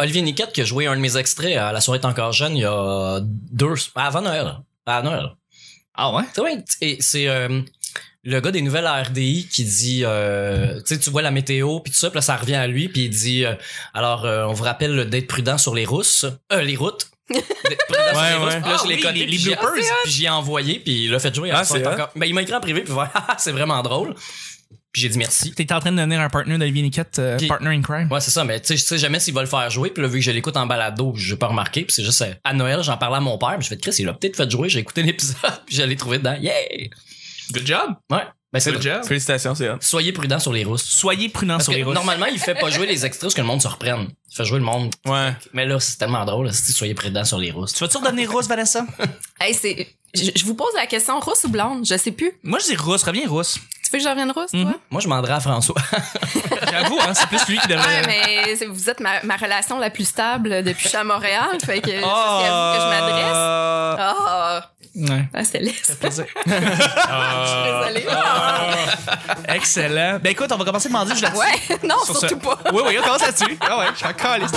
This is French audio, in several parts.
Olivier Niquette qui a joué un de mes extraits à La soirée est encore jeune il y a deux. avant Noël. À Noël. Ah ouais? C'est vrai, et c'est euh, le gars des nouvelles RDI qui dit, euh, tu sais, tu vois la météo, puis tout ça, puis là, ça revient à lui, puis il dit, euh, alors, euh, on vous rappelle d'être prudent sur les rousses, euh, les routes. D'être prudent sur les Ouais, routes. ouais. Puis là, Ah je les oui, connais, les- puis les j'ai- bloopers. puis j'ai envoyé, puis il l'a fait jouer. à Ah, la soirée c'est encore- Ben, il m'a écrit en privé, puis voilà, c'est vraiment drôle. Puis j'ai dit merci. T'es en train de devenir un partner d'Olivier Niquette, euh, Qui- partner in crime. Ouais, c'est ça, mais tu sais, je sais jamais s'il va le faire jouer, puis là, vu que je l'écoute en balado, j'ai pas remarqué, puis c'est juste, euh, à Noël, j'en parlais à mon père, puis je fais, Chris, il l'a peut-être fait jouer, j'ai écouté l'épisode, puis j'allais trouver dedans, yeah! Good job. Ouais, ben c'est Good job. Félicitations, c'est hot. Soyez prudents sur les rousses. Soyez prudents Parce sur que les routes. normalement, il fait pas jouer les extras parce que le monde se reprenne. Il fait jouer le monde. Ouais. Mais là, c'est tellement drôle. Si soyez prudents sur les rousses. Tu vas-tu redevenir rousse, Vanessa? Hey, c'est. Je, je vous pose la question, rousse ou blonde? Je sais plus. Moi, je dis rousse. Reviens rousse. Tu veux que je revienne rousse, toi? Mhm. Moi, je demanderais à François. J'avoue, hein, c'est plus lui qui devrait... Ouais, mais c'est- vous êtes ma, ma relation la plus stable depuis que je suis à Montréal. Fait que c'est Oh! à vous que je m'adresse. Ah, Ouais. ah, c'est laisse. Ah. Désolée. Excellent. Ben écoute, on va commencer par dire je la Ah! ouais, non, Sur ce- surtout pas. Oui, oui, on commence là-dessus. Ah ouais, je suis encore liste.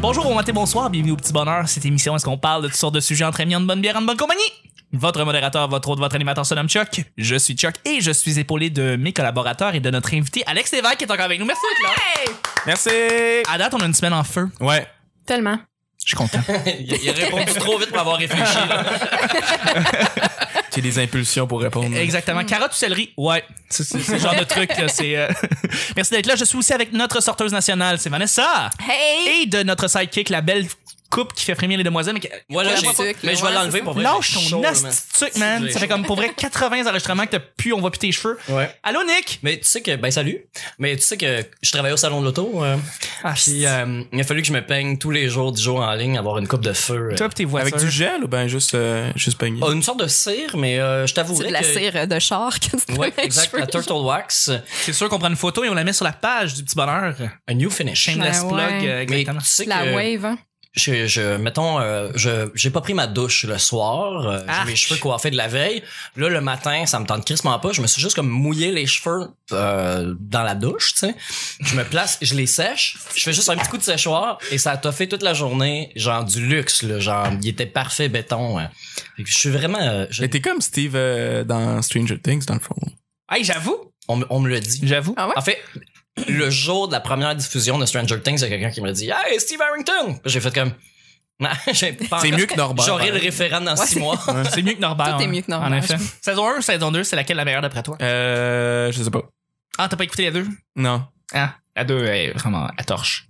Bonjour, bon matin, bonsoir, bienvenue au Petit Bonheur. Cette émission, est-ce qu'on parle de toutes sortes de sujets entre amis, de bonne bière, en bonne compagnie? Votre modérateur, votre hôte, votre animateur se nomme Chuck. Je suis Chuck et je suis épaulé de mes collaborateurs et de notre invité Alex Lévesque qui est encore avec nous. Merci d'être là. Merci! À date, on a une semaine en feu. Ouais. Tellement. Je suis content. il, il a répondu trop vite pour avoir réfléchi. là. J'ai des impulsions pour répondre. Mm. Exactement. Carotte ou céleri? Ouais. Mm. C'est c'est- c'est le genre de truc. là, C'est. euh, Merci d'être là. Je suis aussi avec notre sorteuse nationale, c'est Vanessa. Hey! Et de notre sidekick, la belle coupe qui fait frémir les demoiselles. Mais... que- Voilà, Ouais, j'ai- c'est que- mais je ouais, vais l'enlever c'est pour vrai. Lâche j'ai ton chaud, nasty man. truc, man. J'ai Ça fait comme pour vrai 80 enregistrements que t'as pu, on va puter les cheveux. Ouais. Allô, Nick? Mais tu sais que, ben salut. Mais tu sais que je travaillais au salon de l'auto. euh, Ah, puis euh, il a fallu que je me peigne tous les jours, 10 jours en ligne, avoir une coupe de feu. euh. Toi pis tes voitures. Avec du gel ou ben juste, euh, juste peigné? Oh. Ah, une sorte de cire, mais euh, je C'est t'avouerais de la que... cire de char que tu te Ouais, mets les exact. cheveux. La Turtle Wax, C'est sûr qu'on prend une photo et on la met sur la page du petit bonheur. a new finish. Shameless Ouais, plug, Ben ouais. euh, Mais tu exactement. sais La que- wave, hein. je, je mettons euh, je j'ai pas pris ma douche le soir euh, Arc. Ah. j'ai mes cheveux coiffés de la veille là le matin ça me tente crissement pas je me suis juste comme mouillé les cheveux euh, dans la douche tu sais je me place je les sèche je fais juste un petit coup de séchoir et ça a toffé toute la journée genre du luxe là, genre il était parfait béton hein. Fait que je suis vraiment euh, je- Mais t'es comme Steve euh, dans Stranger Things, dans le fond. Hey, j'avoue. on, me- on me le dit J'avoue. Ah ouais? en fait le jour de la première diffusion de Stranger Things il y a quelqu'un qui me dit hey Steve Harrington j'ai fait comme Ah, j'ai pas C'est encore- mieux que Norbert. J'aurai le pareil. référent dans Ouais, six c'est- mois. C'est mieux que Norbert. Tout est hein, mieux que Norbert, En effet. Saison 1 saison 2, c'est laquelle la meilleure d'après toi? Euh, je sais pas. Ah, t'as pas écouté les deux? Non. Ah, la 2 est vraiment à torche.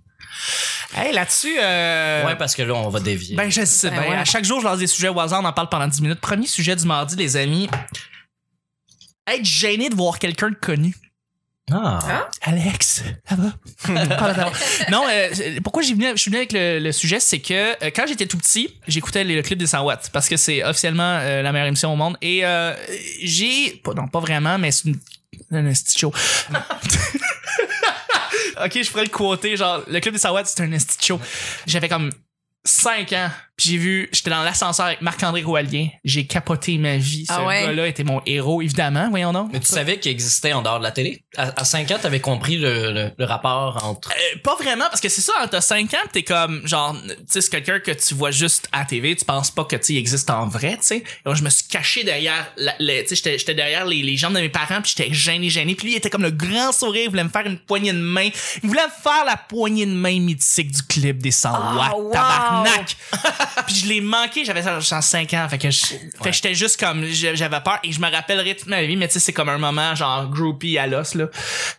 Hey, là-dessus, euh, Ouais, parce que là, on va dévier. ben, je sais, Ben ben, ouais. à chaque jour, je lance des sujets au hasard, on en parle pendant 10 minutes. Premier sujet du mardi, les amis. Être gêné de voir quelqu'un de connu. ah. Alex, ça va? Parle à ta voix. non, euh, pourquoi j'ai venu, je suis venu avec le, le sujet, c'est que euh, quand j'étais tout petit, j'écoutais les- le clip des 100 watts parce que c'est officiellement euh, la meilleure émission au monde. Et euh, j'ai, pas- non, pas vraiment, mais c'est une, un esti de show. ok, je pourrais le quoter, genre, le clip des 100 watts, c'est un esti de show. J'avais comme 5 ans, puis j'ai vu, j'étais dans l'ascenseur avec Marc-André Roualien. J'ai capoté ma vie. Ce Ah ouais? gars-là était mon héros, évidemment, voyons donc. Mais tu savais qu'il existait en dehors de la télé? À, 5 ans, t'avais compris le, le- le rapport entre. Euh, pas vraiment, parce que c'est ça, hein, t'as 5 ans, pis t'es comme, genre, tu sais, c'est quelqu'un que tu vois juste à la TV, tu penses pas que, tu sais, il existe en vrai, tu sais. Et moi, je me suis caché derrière, la- le- tu sais, j'étais- j'étais derrière les, les jambes de mes parents, puis j'étais gêné, gêné. Puis lui, il était comme le grand sourire, il voulait me faire une poignée de main. Il voulait me faire la poignée de main mythique du clip des 100 Ah, watts, wow! tabarnak! puis je l'ai manqué, j'avais ça, genre 5 ans, fait que je- fait que j'étais juste comme, je- j'avais peur, et je me rappellerai toute ma vie, mais tu sais, c'est comme un moment, genre, groupie à l'os, là.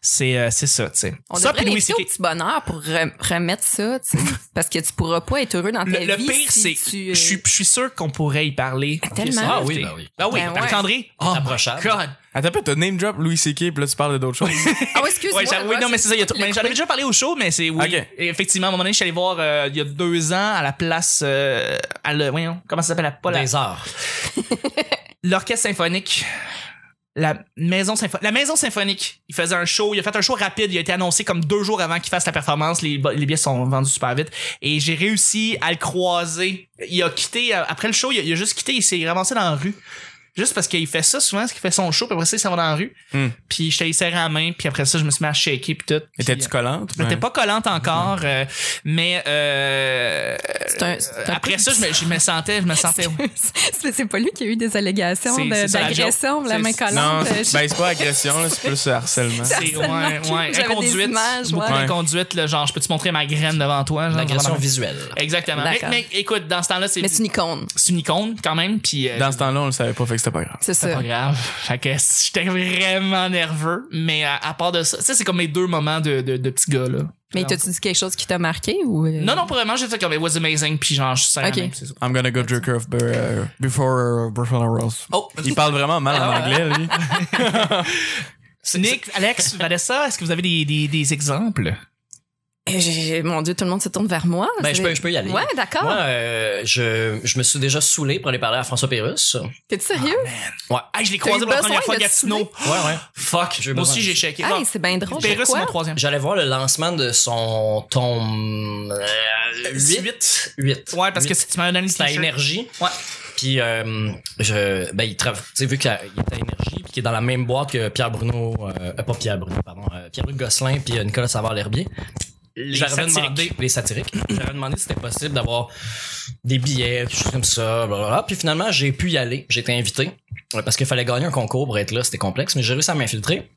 C'est euh, c'est ça, tu sais. On Ça, devrait puis Louis laisser au C.K. petit bonheur pour re- remettre ça, tu sais, parce que tu pourras pas être heureux dans ta Le, le vie. pire, si c'est. tu, euh, Je suis- je suis sûr qu'on pourrait y parler. Tellement. Ah oui, ben oui. Ah, ben. Ben oui, Ben ouais. Marc-André. Oh, Approchable. my God. Attends, un peu, t'as name drop Louis C.K. puis là tu parles de d'autres choses. Ah oui, excuse-moi. Ouais, j'a- oui, non, mais c'est ça. il y a tout- Le mais J'en avais déjà parlé au show, mais c'est. Oui. Ok. Et Effectivement, à un moment donné, je suis allé voir euh, il y a deux ans à la place. euh, à le, voyons, comment ça s'appelle? la- pas la- Les arts. L'orchestre symphonique. La maison, sympho- la maison symphonique, il faisait un show, il a fait un show rapide, il a été annoncé comme deux jours avant qu'il fasse la performance, les, bo- les billets sont vendus super vite, et j'ai réussi à le croiser. Il a quitté, euh, après le show, il a, il a juste quitté, il s'est ramassé dans la rue. Juste parce qu'il fait ça souvent, parce qu'il fait son show, puis après ça, il s'en va dans la rue. Hmm. Puis je t'ai serré la main, puis après ça, je me suis mis à shaker, puis tout. Puis, Étais-tu Hmm. collante? ben? J'étais Ouais. pas collante encore, euh, mais euh, C'est un- c'est un après peu- ça, je me, je me sentais, je me sentais. C'est c'est pas lui qui a eu des allégations C'est- de- c'est ça, la d'agression, joke. la main C'est- collante. Non, euh, c'est je- ben, c'est pas agression, là, c'est plus euh, C'est- harcèlement. C'est harcèlement ouais, cul. ouais, J'avais des inconduite, images, beaucoup ouais. d'inconduite, là, genre je peux-tu montrer ma graine devant toi, genre, L'agression vraiment- visuelle. Exactement. Mais, D'accord. mais écoute, dans ce temps-là, c'est Mais c'est une icône, c'est une icône quand même, puis euh, Dans ce temps-là, on le savait pas, fait que c'était pas grave. c'est c'est ça. pas grave. Fait que j'étais vraiment nerveux, mais à, à part de ça, ça c'est comme mes deux moments de, de, de petit gars là. Mais t'as-tu dit quelque chose qui t'a marqué ou. euh, Non non, pas vraiment, j'ai fait comme it was amazing, puis genre je suis Ok. c'est ça. I'm gonna go jerker off uh, before uh, Buffalo Rolls. Oh, Il parle vraiment mal Ah. en anglais, lui. Nick, Alex, Vanessa, est-ce que vous avez des, des, des exemples? Eh, j'ai- Mon Dieu, tout le monde se tourne vers moi. Ben, je C'est- peux- je peux y aller. Ouais, Ah. d'accord. Moi, euh, je, je me suis déjà saoulé pour aller parler à François Pérus. T'es sérieux? Ah, je l'ai eu croisé pour la besoin première fois à de te Gatineau. Ouais, ouais. Fuck, J'ai eu moi besoin aussi de- j'ai checké. Ah, Non, c'est bien drôle. j'ai Pérus, c'est quoi? mon troisième. J'allais voir le lancement de son tome 8. 8. Euh, Ouais, parce que si tu m'as donné le c'est à t-shirt. énergie. Puis, euh, je, ben, il travaille, tu sais, vu qu'il est à énergie, puis qu'il est dans la même boîte que Pierre Bruno, euh, pas Pierre Bruno, pardon, Pierre Luc Gosselin, puis euh, Nicolas Savard-Lherbier. J'avais satiriques. demandé, les satiriques, j'avais demandé si c'était possible d'avoir des billets, quelque chose comme ça, blablabla. Puis finalement, j'ai pu y aller, j'ai été invité, euh, parce qu'il fallait gagner un concours pour être là, c'était complexe, mais j'ai réussi à m'infiltrer.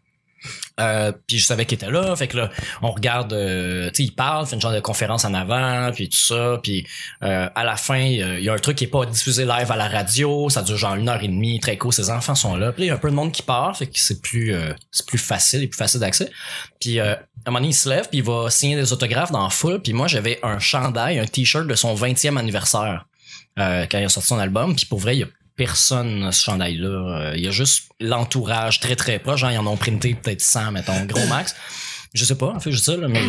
Euh, puis je savais qu'il était là, fait que là, on regarde, euh, tu sais, il parle, fait une genre de conférence en avant, puis tout ça, puis euh, à la fin, il y a- il y a un truc qui est pas diffusé live à la radio, ça dure genre une heure et demie, très court, ses enfants sont là. Puis là, il y a un peu de monde qui part, fait que c'est plus euh, c'est plus facile et plus facile d'accès. Puis euh, à un moment donné, il se lève, puis il va signer des autographes dans la foule, puis moi j'avais un chandail, un t-shirt de son 20e anniversaire euh, quand il a sorti son album, puis pour vrai, il y a personne à ce chandail-là. Euh, Il y a juste l'entourage très très proche, genre ils en ont printé peut-être 100 mettons, gros max. Je sais pas, en fait, je dis ça là, mais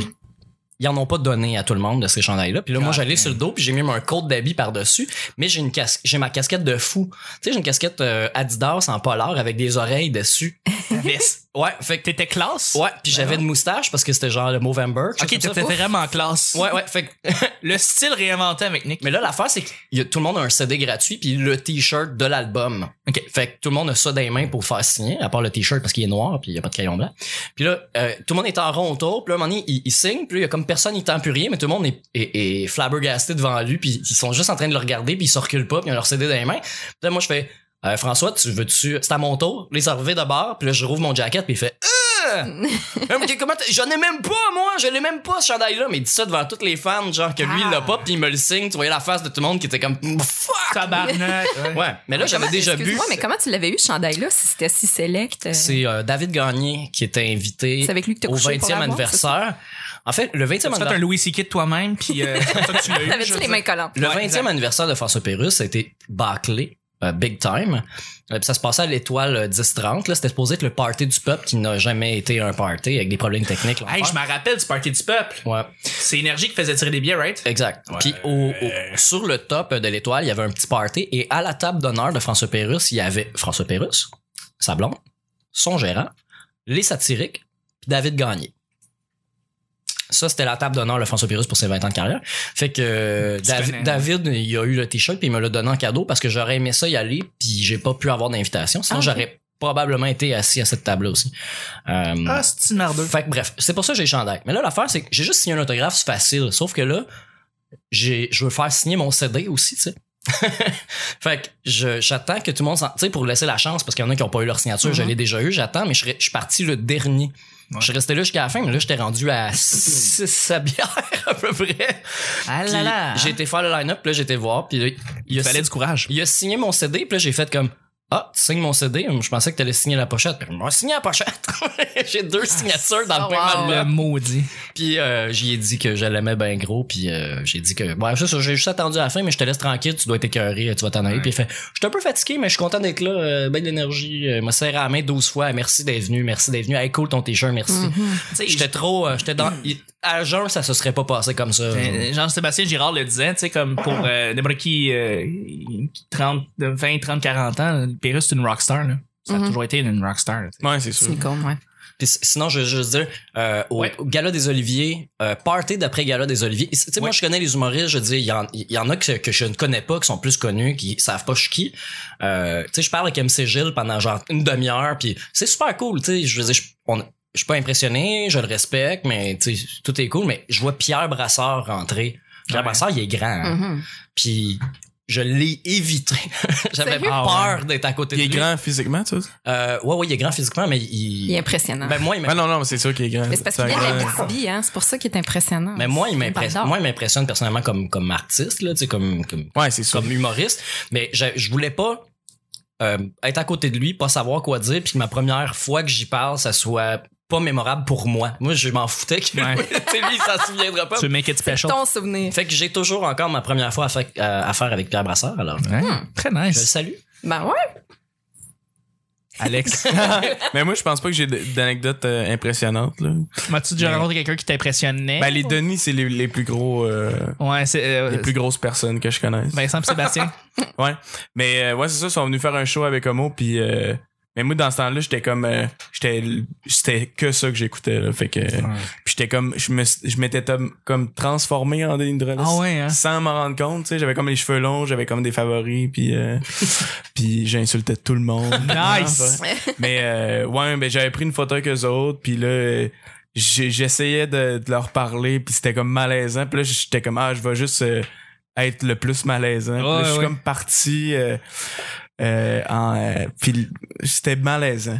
ils en ont pas donné à tout le monde de ces chandails-là. Puis là, moi, j'allais sur le dos, puis j'ai mis un coat d'habit par-dessus, mais j'ai une casque, j'ai ma casquette de fou. Tu sais, j'ai une casquette euh, Adidas en polar avec des oreilles dessus. Veste. Ouais, fait que t'es- T'étais classe? ouais, puis j'avais une moustache parce que c'était genre le Movember. quelque Ok, chose t'étais comme ça. vraiment classe. Ouais, ouais, fait que- Le style réinventé avec Nick. Mais là, l'affaire, c'est que y a- tout le monde a un CD gratuit puis le t-shirt de l'album. Ok. Fait que tout le monde a ça dans les mains pour faire signer, à part le t-shirt parce qu'il est noir puis il y a pas de crayon blanc. Puis là, euh, tout le monde est en rond autour. Puis là, à un moment donné, il, il signe. Puis là, il y a comme personne, il tend plus rien, mais tout le monde est, est, est flabbergasté devant lui. Puis ils sont juste en train de le regarder puis ils se reculent pas puis ils ont leur CD dans les mains. Puis là, moi, je fais... Euh, François, tu veux-tu... C'est à mon tour. Les servait de bord. Puis là, je rouvre mon jacket puis il fait... Ah! Hein, mais comment t'as- J'en ai même pas, moi! Je l'ai même pas, ce chandail-là! Mais il dit ça devant toutes les fans, genre que lui, il Ah. l'a pas, puis il me le signe. Tu voyais la face de tout le monde qui était comme... Fuck! Tabarnak. Ouais, mais là, j'avais Comment- déjà bu. excuse-moi, mais comment tu l'avais eu, ce chandail-là, si c'était si select? euh, C'est euh, David Gagné qui était invité C'est avec lui que t'as au couché pour 20e l'avoir, anniversaire. En fait, le 20e Tu as fait un anniversaire... Louis C.K. de toi-même, puis euh, c'est comme ça que tu l'as eu. je T'avais-tu veux les dire. mains collantes? Le Ouais, 20e exact. anniversaire de François Pérus a été bâclé, euh, big time. Euh, puis ça se passait à l'étoile euh, 10-30. là. C'était supposé être le party du peuple qui n'a jamais été un party avec des problèmes techniques. Hey, je l'enfer. m'en rappelle du Parti du Peuple. Ouais. C'est Énergie qui faisait tirer des billets, right? Exact. Puis au, au- sur le top de l'étoile, il y avait un petit party et à la table d'honneur de François Pérus, il y avait François Pérus, sa blonde, son gérant, les satiriques, puis David Gagné. Ça, c'était la table d'honneur de François Pérus pour ses 20 ans de carrière. Fait que euh, Tu Davi- connais. hein? David, il a eu le t-shirt puis il me l'a donné en cadeau parce que j'aurais aimé ça y aller puis j'ai pas pu avoir d'invitation. Sinon, Ah, ok. j'aurais probablement été assis à cette table-là aussi. Euh, Ah, c'est une merdeux. fait que bref, c'est pour ça que j'ai les chandails. Mais là, l'affaire, c'est que j'ai juste signé un autographe, c'est facile. Sauf que là, j'ai, je veux faire signer mon CD aussi, tu sais. fait que je- j'attends que tout le monde s'en. Tu sais, pour laisser la chance, parce qu'il y en a qui n'ont pas eu leur signature, je l'ai déjà eu, j'attends, mais je, serais- je suis parti le dernier. Je suis resté là jusqu'à la fin, mais là, j'étais rendu à 6 à bière, à peu près. Ah Puis J'ai été faire le line-up, puis là, j'ai été voir, puis là, il a, Il fallait si- du courage. il a signé mon CD, puis là, j'ai fait comme. Ah, tu signes mon CD? Je pensais que t'allais signer la pochette. Il m'a signé la pochette. J'ai deux signatures dans Oh, le même wow. album. Le maudit. Puis euh, j'y ai dit que je l'aimais bien gros, puis euh, j'ai dit que ouais, c'est ça, j'ai juste attendu à la fin, mais je te laisse tranquille, tu dois t'écœurer, tu vas t'en aller. Puis il fait, je suis un peu fatigué, mais je suis content d'être là, euh, ben de l'énergie, euh, m'a serré à la main 12 fois, merci d'être venu, merci d'être venu, hey cool ton t-shirt, merci. J'étais trop, euh, j'étais dans, il- à jeun ça se serait pas passé comme ça. Euh, Jean-Sébastien Girard le disait, tu sais, comme pour euh, n'importe qui, euh, qui 30, de 20, 30, 40 ans, Pérus, c'est une rockstar, là. Ça a Mhm. toujours été une rockstar. là, tu sais. Ouais, c'est sûr. C'est une con, ouais. Puis s- sinon, je veux juste dire, euh, au, Ouais. au Gala des Oliviers, euh, party d'après Gala des Oliviers. Tu sais, moi, je connais les humoristes, je dis, il y, en- il y en a que, que je ne connais pas, qui sont plus connus, qui savent pas je suis qui. Euh, tu sais, je parle avec MC Gilles pendant genre une demi-heure, puis c'est super cool, tu sais. Je veux dire, je, on- je suis pas impressionné, je le respecte, mais tu sais, tout est cool, mais je vois Pierre Brasseur rentrer. Pierre Ouais. Brasseur, il est grand, hein. Mhm. puis je l'ai évité. J'avais Sérieux? peur Ah d'être à côté Il de est lui. grand physiquement, tu sais? Euh, ouais, ouais, il est grand physiquement, mais il... Il est impressionnant. Ben, moi, il m'a- Ah non, non, mais c'est sûr qu'il est grand. mais c'est parce C'est qu'il vient un de grand- l'Abitibi, hein. C'est pour ça qu'il est impressionnant. Ah, Mais moi, il m'impressionne, Pardon. moi, il m'impressionne personnellement comme, comme artiste, là, tu sais, comme, comme, Ouais, c'est sûr. comme humoriste. Mais je, je voulais pas, euh, être à côté de lui, pas savoir quoi dire, puis que ma première fois que j'y parle, ça soit pas mémorable pour moi. Moi, je m'en foutais que, Ouais. tu sais, lui, ça se souviendra pas. Tu veux make it special? Ton souvenir. Fait que j'ai toujours encore ma première fois à, fa- euh, à faire avec Pierre Brasseur, alors. Ouais, Hmm. Très Je le nice. salue. Ben ouais. Alex. mais moi, je pense pas que j'ai d- d'anecdotes euh, impressionnantes. Là. M'as-tu déjà rencontré quelqu'un qui t'impressionnait? Ben, les Denis, c'est les, les plus gros. euh, Ouais, c'est euh, ben, les plus grosses personnes que je connaisse. Vincent et Sébastien. Ouais. Mais euh, ouais, c'est ça, ils sont venus faire un show avec Homo puis euh, mais moi dans ce temps-là, j'étais comme euh, j'étais c'était que ça que j'écoutais là, fait que puis j'étais comme je me je m'étais tom- comme transformé en Denis Drolis. Ah ouais, hein? Sans m'en rendre compte, tu sais, j'avais comme les cheveux longs, j'avais comme des favoris puis euh, puis j'insultais tout le monde. Ben Nice. mais euh, ouais, ben j'avais pris une photo avec eux autres puis là euh, j'ai- j'essayais de, de leur parler puis c'était comme malaisant puis là j'étais comme ah je vais juste euh, être le plus malaisant Puis là, Ouais, je suis ouais. comme parti euh, euh, en euh, puis l- c'était malaisant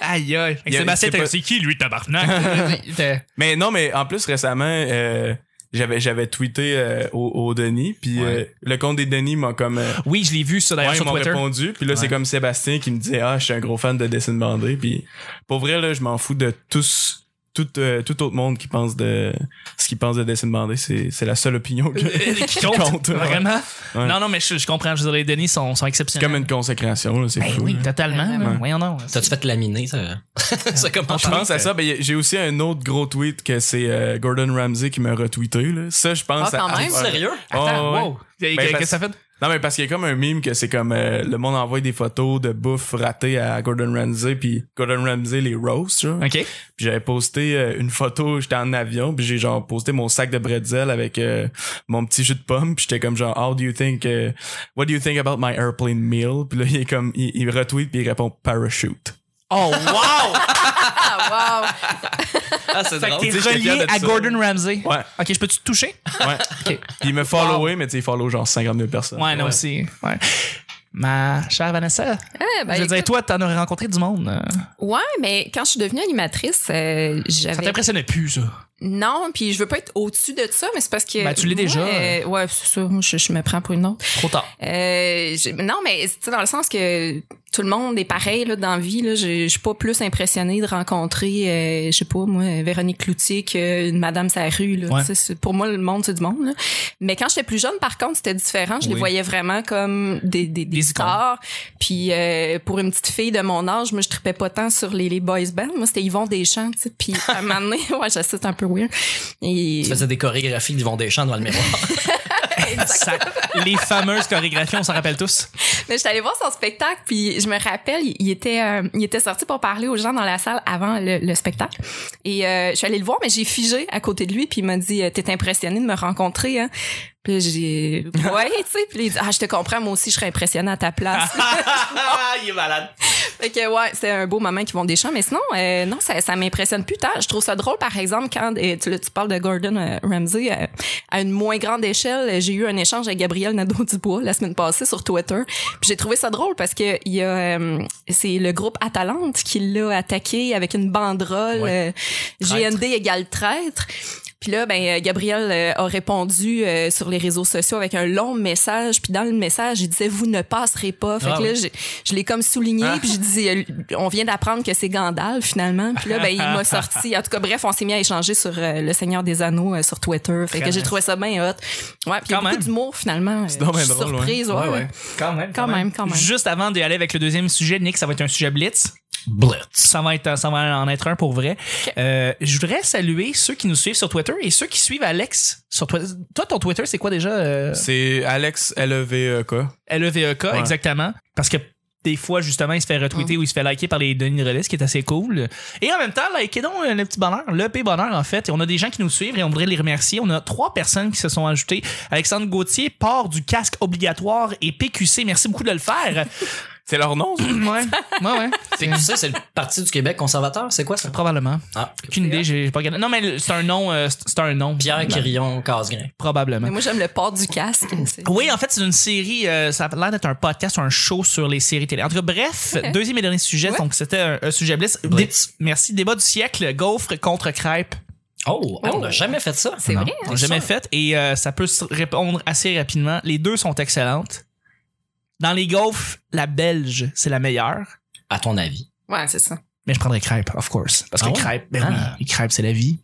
Aïe, aïe. Fait que Il y a- Sébastien, c'est t'as- pas- c'est qui, lui, tabarnak? Il était- mais non mais en plus récemment euh, j'avais j'avais tweeté euh, au, au Denis puis euh, le compte des Denis m'a comme euh, oui, je l'ai vu, ça, d'ailleurs, ouais, ils sur m'ont Twitter. répondu puis là c'est comme Sébastien qui me disait ah je suis un gros fan de Dessin Bandé puis pour vrai là je m'en fous de tous tout, euh, tout autre monde qui pense de ce qui pense de Dessin Bandé c'est c'est la seule opinion que qui compte, compte, ouais. vraiment. Ouais. Non, non, mais je, je comprends. Je veux dire, les Denis sont, sont c'est exceptionnels. comme une Oh, consécration là, c'est Ben fou oui, là. totalement. Ouais. là. Voyons donc. T'as-tu fait laminer, ça? c'est comme Je pense à ça. Ben, y a- j'ai aussi un autre gros tweet que c'est euh, Gordon Ramsay qui m'a retweeté. Là. Ça, je pense Ah, quand à- même. à- à- Sérieux? Oh, ouais. Attends, wow. Qu'est-ce Ben, que parce- ça fait? Non, mais parce qu'il y a comme un mime que c'est comme euh, le monde envoie des photos de bouffe ratée à Gordon Ramsay, puis Gordon Ramsay les roast. genre. OK. Puis j'avais posté euh, une photo, j'étais en avion, puis j'ai genre posté mon sac de bretzel avec euh, mon petit jus de pomme, puis j'étais comme genre How do you think euh, What do you think about my airplane meal? Puis là il est comme il, il retweet puis il répond parachute. Oh, wow! Ah, wow. Ah, c'est fait que drôle. dit, t'es j'étais fier relié de à ça. Gordon Ramsay. Ouais, OK, je peux-tu te toucher? ouais. OK. Puis il me followait, mais tu sais, il follow genre 50 000 personnes. Ouais, non, aussi. Ouais. Ma chère Vanessa, Eh, ben, je veux dire, écoute, toi, t'en as rencontré du monde. euh, Ouais, mais quand je suis devenue animatrice, euh, Ça j'avais. t'impressionnait plus, ça. Non, puis je veux pas être au-dessus de ça, mais c'est parce que. Ben, tu l'es moi, déjà. euh, ouais, c'est ça. Moi, je, je me prends pour une autre. Trop tard. Euh, j'ai- non, mais tu sais, dans le sens que tout le monde est pareil là, dans la vie. Là, je, je suis pas plus impressionnée de rencontrer, euh, je sais pas, moi, Véronique Cloutier qu'une Madame Sarru. Là, Ouais. Tu sais, c'est- pour moi, le monde, c'est du monde. là. Mais quand j'étais plus jeune, par contre, c'était différent. Je les Oui. voyais vraiment comme des, des, des, Des icônes. stars. Puis euh, pour une petite fille de mon âge, moi, je tripais pas tant sur les, les boys bands. Moi, c'était Yvon Deschamps. tu sais. Puis à un moment donné, ouais, je sais, c'est un peu weird. Et... Tu faisais des chorégraphies d'Yvon Deschamps devant le miroir. Ça- les fameuses chorégraphies, on s'en rappelle tous. Mais j'étais allée voir son spectacle, puis je me rappelle, il- il était, euh, il était sorti pour parler aux gens dans la salle avant le, le spectacle. Et euh, je suis allée le voir, mais j'ai figé à côté de lui, puis il m'a dit euh, T'es impressionné de me rencontrer, hein? Puis là, j'ai. Ouais, tu sais. Puis il dit Ah, je te comprends, moi aussi, je serais impressionnée à ta place. Ah, il est malade. fait que, ouais, c'est un beau moment qui vont des champs. Mais sinon, euh, non, ça, ça m'impressionne plus tant. Je trouve ça drôle, par exemple, quand euh, tu, là, tu parles de Gordon euh, Ramsay, euh, à une moins grande échelle, euh, j'ai eu un échange avec Gabriel Nadeau-Dubois la semaine passée sur Twitter. Puis j'ai trouvé ça drôle parce que il y a, euh, c'est le groupe Atalante qui l'a attaqué avec une banderole Ouais. euh, Traître. GND égale traître. Puis là, ben, euh, Gabriel euh, a répondu euh, sur les réseaux sociaux avec un long message. Puis dans le message, il disait « Vous ne passerez pas ». Fait Ah que là, oui. j'ai- je l'ai comme souligné. Ah. Puis je disais « On vient d'apprendre que c'est Gandalf, finalement ». Puis là, ben, il m'a sorti. En tout cas, bref, on s'est mis à échanger sur euh, Le Seigneur des Anneaux euh, sur Twitter. Fait Très que j'ai nice. trouvé ça bien hot. Ouais, puis il y Quand a beaucoup même. d'humour, finalement. C'est donc bien drôle, ouais. Surprise, ouais, ouais. Quand même. Quand même, quand même. Juste avant d'y aller avec le deuxième sujet, Nick, ça va être un sujet blitz. Blitz. Ça va, être, ça va en être un pour vrai. Euh, je voudrais saluer ceux qui nous suivent sur Twitter et ceux qui suivent Alex sur Twitter. Toi, ton Twitter, c'est quoi déjà? euh, C'est Alex L E V E K. LEVEK, Ouais. exactement. Parce que des fois, justement, il se fait retweeter ou il se fait liker par les Denis Relais, ce qui est assez cool. Et en même temps, likez donc euh, le petit bonheur, le P bonheur, en fait. Et on a des gens qui nous suivent et on voudrait les remercier. On a trois personnes qui se sont ajoutées. Alexandre Gauthier, port du casque obligatoire et PQC. Merci beaucoup de le faire. C'est leur nom, ça? ouais, ouais, ouais. Fait que tu sais, c'est le Parti du Québec conservateur, c'est quoi ça? Probablement. Ah, ok. Aucune idée, j'ai j'ai pas regardé. Non, mais le- c'est un nom, euh, c'est c'est un nom. Pierre Ben, Quirion Casgrain. Probablement. Mais moi, j'aime le port du casque. c'est- Oui, en fait, c'est une série, euh, ça a l'air d'être un podcast ou un show sur les séries télé. En tout cas, bref, Ok. deuxième et dernier sujet, Ouais. donc c'était un, un sujet blitz. Blitz. Dé- merci, débat du siècle, gaufre contre crêpe. Oh, on n'a jamais fait ça. C'est Non. vrai. On l'a jamais ça. fait et euh, hein, ça peut se répondre assez rapidement. Les deux sont excellentes. Dans les gaufres, la belge, c'est la meilleure. À ton avis. Ouais, c'est ça. Mais je prendrais crêpe, of course. Parce Ah que ouais? crêpe, ben Ah. oui, les crêpes, c'est la vie.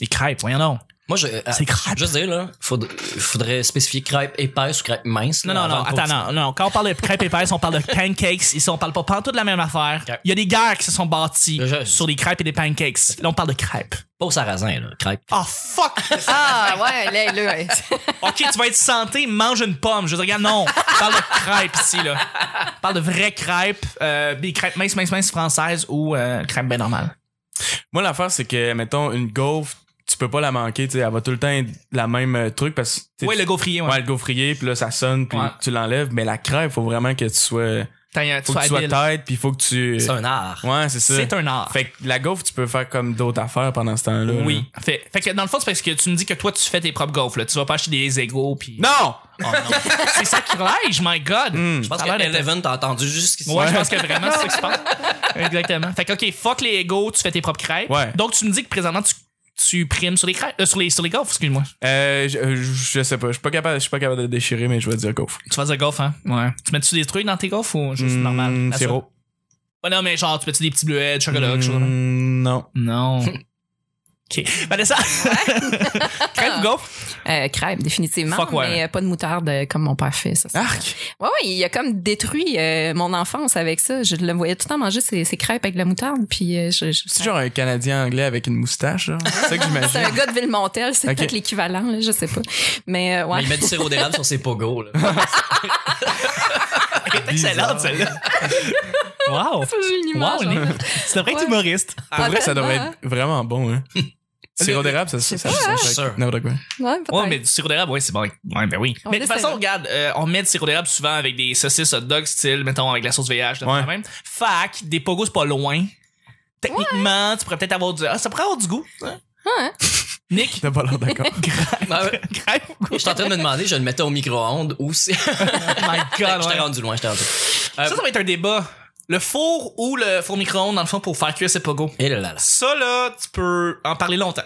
Les crêpes, voyons donc. Moi, je. euh, C'est crêpe. Juste dire, là, faudrait, faudrait spécifier crêpe épaisse ou crêpe mince. Non, là, non, non, avant de attends, non, non. Quand on parle de crêpes épaisses, on parle de pancakes. Ici, on parle pas partout de la même affaire. Ok. Il y a des guerres qui se sont bâties Je- sur des crêpes et des pancakes. Là, on parle de crêpes. Pas au sarrasin, là, crêpe. Oh, fuck! Ah, ouais, là, là. ouais. OK, tu vas être santé, mange une pomme. Je veux dire, regarde, non. On parle de crêpes ici, là. On parle de vraies crêpes, euh, des crêpes minces, minces, minces françaises ou euh, crêpes bien normales. Moi, l'affaire, c'est que, mettons, une gaufre, tu peux pas la manquer, tu sais, elle va tout le temps être la même euh, truc parce que. tu sais, Ouais, le gaufrier, ouais. Ouais, le gaufrier, puis là, ça sonne, puis Ouais. tu l'enlèves. Mais la crêpe, faut vraiment que tu sois. T'as un- tu Faut que sois tu sois habile. tête, puis faut que tu. C'est un art. Ouais, c'est ça. C'est un art. Fait euh, que la gaufre, tu peux faire comme d'autres affaires pendant ce temps-là. oui. Fait, fait que dans le fond, c'est parce que tu me dis que toi, tu fais tes propres gaufres, là. Tu vas pas acheter des égaux, puis. là. Non! Hmm. Oh, non. c'est sacrilège, my God! Je pense Ça que a l'air d'être- Eleven t'a entendu jusqu'ici. Ouais, je pense que vraiment, c'est ça qui se passe. Exactement. Fait que, OK, fuck les égaux, tu fais tes propres crêpes. Ouais. Donc, tu me dis que présentement, tu, tu primes sur les crêpes, euh, sur les, sur les gaufres, excuse-moi. Euh, je, euh, je sais pas, je suis pas capable, je suis pas capable de déchirer, mais je vais dire gaufre. Tu vas dire gaufres, hein? Ouais. Tu mets-tu des trucs dans tes gaufres ou juste Mm, normal? À Sirop. ça? Ouais, non, mais genre, tu mets-tu des petits bleuets, de chocolat, quelque chose? Mm, hein? Non. Non. OK. Vanessa! Crêpes ou gaufres? Euh, crêpe, définitivement. Fuck ouais. Mais euh, pas de moutarde euh, comme mon père fait. Ça, c'est- Arc! Ouais, ouais, il a comme détruit euh, mon enfance avec ça. Je le voyais tout le temps manger ses, ses crêpes avec de la moutarde. Puis euh, je, je- C'est genre un Canadien anglais avec une moustache, genre. C'est ça que C'est j'imagine. un gars de Villemontel, c'est Ok. peut-être l'équivalent, là, je sais pas. Mais Mais euh, ouais. Il met du sirop d'érable sur ses pogos, là. Elle est excellente, celle-là. Ah. wow! J'ai une Wow, image. Nick. hein. C'est vrai que Ouais. humoriste. Pour vrai, ça tellement, devrait hein. être vraiment bon, hein. Sirop d'érable, ça sais ça- ça- pas, ça- hein. ça- Sûr. N'importe quoi. Ouais, peut-être. Ouais, mais du sirop d'érable, ouais, c'est bon. Ouais, ben oui. On mais de toute l'essaie, façon, là. regarde, euh, on met du sirop d'érable souvent avec des saucisses hot dog style, mettons, avec la sauce VH, là, Ouais. quand même. Fac, des pogos, c'est pas loin. Techniquement, tu pourrais peut-être avoir du. Ah, ça pourrait avoir du goût. hein. Ouais. Nick, T'as pas l'air d'accord. Ah ouais. crêpe. Je suis en train de me demander, je le mettais au micro-ondes ou si. My God, J'étais ouais. rendu loin, j'étais rendu. Ça, ça va être un débat. Le four ou le four micro-ondes, dans le fond, pour faire cuire ses pogos. Et là, là, là. Ça, là, tu peux en parler longtemps.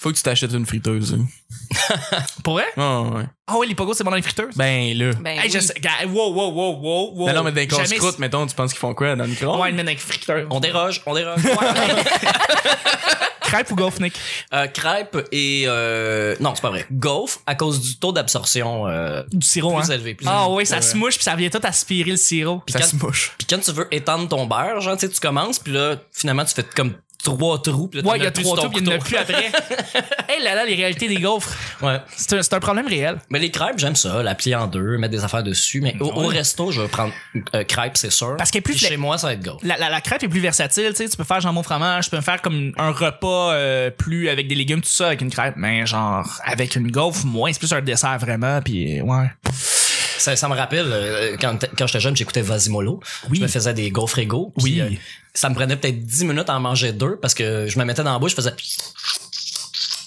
Faut que tu t'achètes une friteuse. hein. Pour vrai? Ouais, ouais. Ah oui, les pogos, c'est bon dans les friteuses. Ben là. Ben Ben Hey, je oui. sais. gars, Wow, wow, wow, wow, wow. non, non, mais des Jamais- casse-croûtes, mettons, tu penses qu'ils font quoi dans le micro? Ouais, mais dans les friteuses. On déroge, on déroge. Crêpe ou gaufre, Nick? Euh, crêpe et. euh, Non, c'est pas vrai. Gaufre à cause du taux d'absorption euh, Du sirop, plus hein? élevé. Plus Ah élevé. oui, ça se mouche puis ça vient tout aspirer le sirop. Puis Ça quand- se mouche. Puis quand tu veux étendre ton beurre, genre, tu sais, tu commences, puis là, finalement, tu fais comme trois trous. Puis là, t'en Ouais, il y a as plus trois sur trous, ton puis il n'y en a couteau. plus après. hey là là, les réalités des gaufres. Ouais. C'est un, c'est un problème réel. Mais les crêpes, j'aime ça, la plier en deux, mettre des affaires dessus. Mais au, au Ouais. resto, je vais prendre euh, crêpe, c'est sûr. Parce qu'elle est plus Puis fla- chez moi, ça va être gaufre. La, la, la crêpe est plus versatile, tu sais. Tu peux faire jambon fromage, tu peux faire comme un repas euh, plus avec des légumes, tout ça, avec une crêpe. Mais genre, avec une gaufre, moins. C'est plus un dessert vraiment, puis ouais. Ça, ça me rappelle, euh, quand, t- quand j'étais jeune, j'écoutais Vasimolo. Oui. Je me faisais des gaufres égaux. puis, Oui. euh, ça me prenait peut-être 10 minutes à en manger deux parce que je me mettais dans la bouche, je faisais.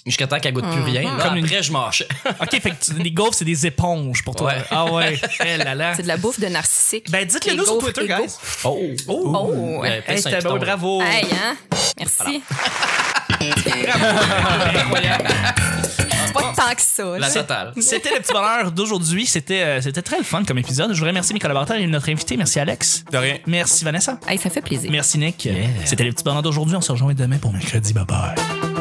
Jusqu'à temps qu'elle goûte plus rien. Là, Mhm. Comme une- après, je marchais. Ok, fait que tu- les gaufres, c'est des éponges pour toi. Ouais. Ah ouais. Hey là là. C'est de la bouffe de narcissique. Ben dites-le Les nous sur gaufres Twitter, égaux. guys. Oh! Oh. Ouais, Hey, plus un c'était- piton. ben oui, bravo. Hey, hein? Merci. Incroyable. Pas tant que ça. La là. totale. C'était le petit bonheur d'aujourd'hui. C'était euh, c'était très le fun comme épisode. Je voudrais remercier mes collaborateurs et notre invité. Merci Alex. De rien. Merci Vanessa. Hey, ça fait plaisir. Merci Nick. C'était le petit bonheur d'aujourd'hui. On se rejoint demain pour mercredi. Bye bye.